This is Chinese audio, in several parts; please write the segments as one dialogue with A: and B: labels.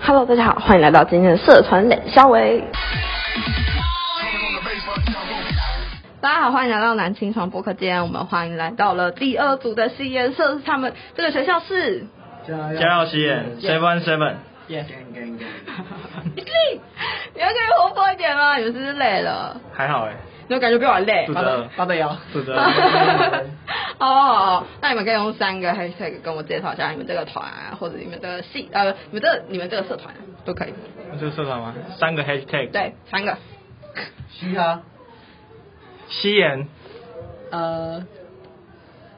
A: Hello，大家好，欢迎来到今天的社团冷肖维。大家好，欢迎来到南青床播客间，我们欢迎来到了第二组的实验社，是他们这个学校是
B: 加
C: 加油实验 Seven Seven，
B: ，yes gang gang gang，
A: 你你要可以活泼一点吗？你们是不是累了？
C: 还好哎，
A: 你有感觉比我累
C: 肚？子
B: 八
C: 饿
B: 的，八的腰，
C: 肚 子饿。
A: 好好好，哦那你们可以用三个 hashtag 跟我介绍一下你们这个团啊，或者你们的系呃，你们这你们这个社团啊都可以。
C: 这是社团吗？三个 Hashtag，，
A: 对，三个。
B: 嘻哈，
C: 吸眼，
B: 呃，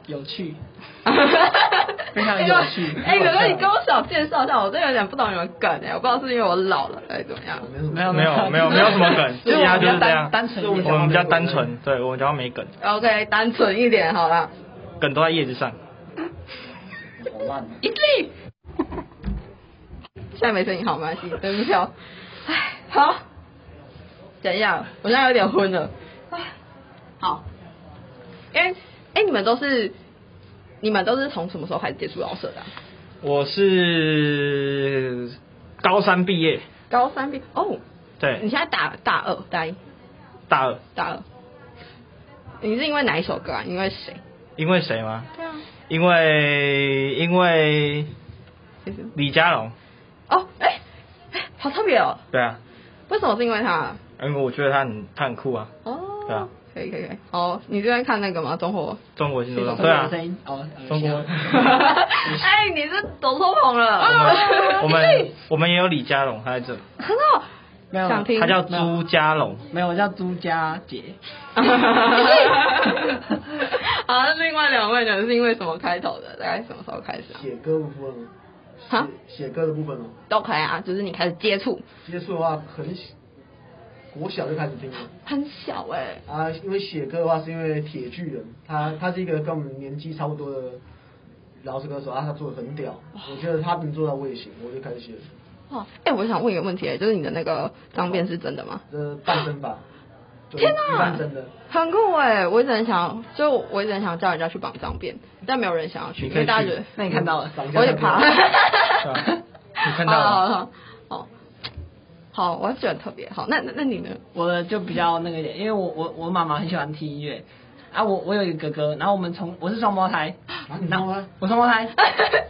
B: 有趣，
A: 非
B: 非常有趣
A: 哎、哥哥，你跟我小介绍一下，我真的有点不懂你们梗哎、我不知道是不是因为我老了还是怎么样。
C: 没有没有没有没有什么 梗，
B: 就是
C: 嘻
B: 我
C: 哈
B: 们比
C: 就
B: 较
C: 是这
B: 单
C: 样，
B: 单纯一
C: 我
B: 点，
C: 们比较单纯，对我们比较没梗，
A: OK，单纯一点好了。
C: 梗都在叶子上。
B: 好烂，
A: 一粒。现在没声音好，没关系，对不起哦。唉，好，怎样？我现在有点昏了。唉好，因为哎，你们都是你们都是从什么时候开始接触老舍的啊、
C: 我是高三毕业，
A: 高三毕哦，你
C: 对，
A: 现在大大二、大一、
C: 大二，
A: 大二，你是因为哪一首歌啊？因为谁？
C: 因为谁吗？
A: 对啊，
C: 因为因为
A: 其实
C: 李佳龙，
A: 哦，哎、哎好特别哦，
C: 对啊，
A: 为什么是因为他啊？
C: 因为我觉得他很他很酷啊，
A: 哦，
C: 对啊，
A: 可以可以可以。哦，你最近看那个吗？中 火？
C: 中国新说唱，
B: 中
C: 对
B: 国
C: 啊
B: 的，声音，哦，呃
C: 中国
B: 嘻哈
A: 哎，你是走错棚了。
C: 我们我们我们也有李佳龙，他在这里，
A: 啊很 好，
B: 没有，
A: 想听
C: 他叫朱佳龙，
B: 没有，我叫朱家杰，
A: 好，那另外两位呢？是因为什么开头的？大概什么时候开始啊？
D: 写歌的部分哦，
A: 哈
D: 写写歌的部分哦，
A: 都可以啊，就是你开始接触，
D: 接触的话很小国小就开始听了
A: 很小哎、
D: 啊，因为写歌的话是因为铁巨人，他他是一个跟我们年纪差不多的饶舌歌手，啊，他做的很屌，我觉得他能做到我也行，我就开始写，
A: 哇，哎、我想问一个问题、就是你的那个脏辫是真的吗？
D: 这半真吧，对，
A: 天哪
D: 一半真的，
A: 很酷哎、我一直很想，就我一直很想叫人家去绑脏辫，但没有人想要去，
C: 你
A: 因
C: 可以
A: 为大家
C: 去
A: 觉得嗯
B: 那你看到了，
D: 长
A: 我有点怕。
C: 你看到了
A: 好好好好，好，我觉得特别好。那那那你呢？
B: 我的就比较那个一点，因为我我我妈妈很喜欢听音乐啊，我我有一个哥哥，然后我们从我是双胞胎，
D: 啊，你知道吗？
B: 我双胞胎，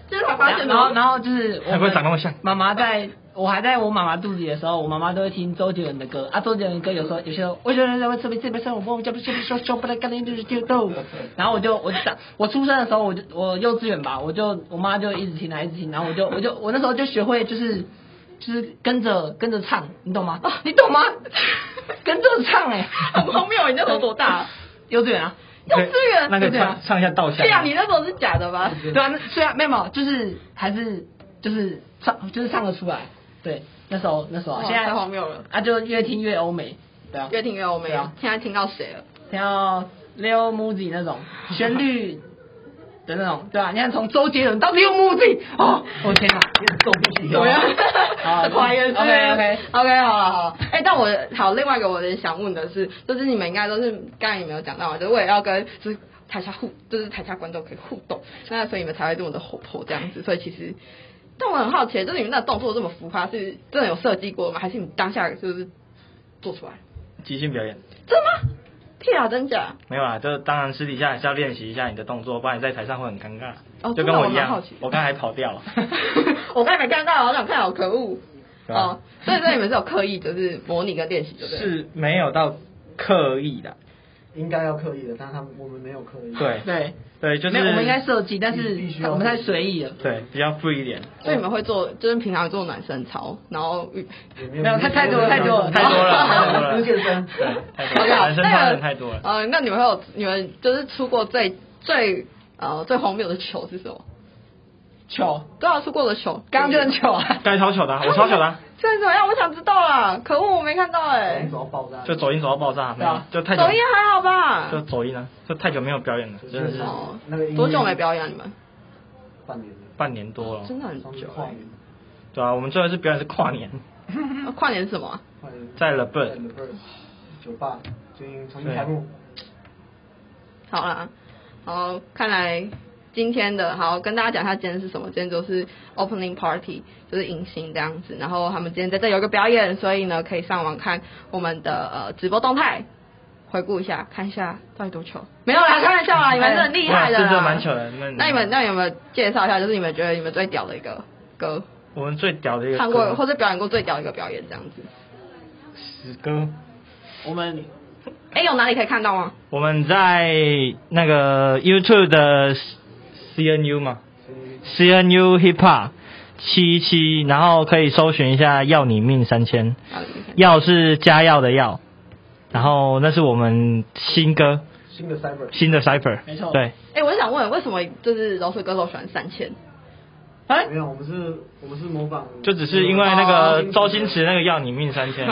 A: 就是才发现的
B: 然后然后就是我
C: 还不会
B: 们
C: 长那么像
B: 妈妈在我还在我妈妈肚子里的时候，我妈妈都会听周杰伦的歌啊，周杰伦的歌有时候有些时候，我觉得我这边这边生活，我这边这边说说不能干的就是丢豆。然后我就我长我出生的时候，我就我幼稚园吧，我就我妈就一直听啊一直听，然后我就我就我那时候就学会就是就是跟着跟着唱，你懂吗？你懂吗？跟着唱哎、
A: 很荒谬，你那时候多大？
B: 幼稚园啊。
A: 幼稚园
C: 那个
A: 对啊
C: 唱唱一下稻香，
A: 对呀，你那时候是假的吧？
B: 对啊，那虽然没有没有，就是还是就是唱就是唱得出来，对，那时候那时候、啊
A: 哇、
B: 现在
A: 太荒谬了
B: 啊，就越听越欧美，对啊，
A: 越听越欧美
B: 对啊，
A: 现在听到谁了？
B: 听到 Leo Muzi 那种旋律的那种，对啊，你看从周杰伦到 Leo Muzi，哦，我天哪，
D: 你很够力气
A: 怎么样？
C: 啊
B: 好
A: 怀疑啊
B: OK 哦 OK
A: OK 好了好了，哎、但我好另外一个我也想问的是，就是你们应该都是刚才你没有讲到嘛，就是我也要跟就是台下互，就是台下观众可以互动，那所以你们才会这么的活泼这
C: 哎
A: 样子，所以其实，但我很好奇，就是你们那动作这么浮夸，是真的有设计过吗？还是你们当下就是做出来？
C: 即兴表演。
A: 真的吗？屁啊，真假？
C: 没有啦，就当然私底下还是要练习一下你的动作，不然你在台上会很尴尬。
A: 哦
C: 就跟我
A: 真的我
C: 一
A: 蛮好
C: 样
A: 奇的，
C: 我刚才还跑 掉了。
A: 我刚才没看到，好想看，好可恶。
C: 对啊
A: 哦，所以所以你们是有刻意就是模拟跟练习，对不对？
C: 是没有到刻意的，
D: 应该要刻意的，但是他们我们没有刻意，
C: 对
B: 对，
C: 对，就是
B: 没有，我们应该设计，但是
D: 必须要
B: 我们太随意了，
C: 对比较 free 一点，
A: 所以你们会做，就是平常做暖身操，然后
D: 也没
B: 没有太太多了太多了
C: 太多了，太多
D: 就
C: 了，
D: 是健身，
C: 对，太多
A: OK，
C: 了，
A: 好
C: 男生
A: 那
C: 超
A: 个
C: 人太多了。
A: 呃，那你们会有你们就是出过最最呃最荒谬的球是什么？
B: 糗，
A: 对啊，出过的球，
B: 刚刚就很糗啊，
C: 该超糗的啊，我超糗的啊，
A: 现在怎么样？我想知道啦，可恶，我没看到哎、
D: 走到爆炸，
C: 就走音走到爆炸，没有，就太久
A: 啊抖音还好吧？
C: 就走音了，就太久没有表演了，真的是
A: 哦
D: 那个音，乐
A: 多久没表演啊你们？
D: 半年了，
C: 半年多了，
A: 真的很
D: 双
A: 久、
D: 跨
A: 欸
D: 年。
C: 对啊，我们最后一次表演是跨年，
A: 啊跨年是什么啊、
C: 在 The Bird
D: 在 The Bird 酒吧，最近重新开幕，
A: 好啦，然后看来今天的好跟大家讲一下今天是什么，今天就是 opening party，就是迎新这样子。然后他们今天在这有一个表演，所以呢可以上网看我们的呃直播动态，回顾一下，看一下到底多糗。没有啦，开玩笑啦，你们是很厉害的啦，
C: 哇这就蛮糗的那
A: 那你们那你们介绍一下，就是你们觉得你们最屌的一个歌，
C: 我们最屌的一个
A: 看过
C: 歌
A: 或者表演过最屌的一个表演这样子。
C: 死歌，
B: 我们
A: 哎，有哪里可以看到吗？
C: 我们在那个 YouTube 的 CNU 嘛，CNU Hip Hop 七七，然后可以搜寻一下“要你命三千”。
A: 哪里可以看
C: 药是加药的药，然后那是我们新歌
D: 新的 Cyber，
C: 新的 Cipher，
B: 没错
C: 对，
A: 哎、我想问，为什么就是饶舌歌手喜欢三千？
B: 哎
D: 没有，我们是，我们是模仿，
C: 就只是因为那个
D: 哦
C: 周星驰那个要你命三千，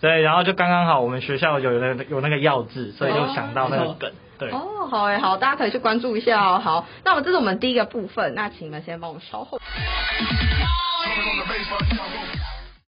C: 对，然后就刚刚好我们学校有那个有那个药字，所以就想到那个梗，对，
A: 哦，好哎、好，大家可以去关注一下哦。好，那我们这是我们第一个部分，那请你们先帮我们稍后。
E: Put it on the bass, bust it out, go.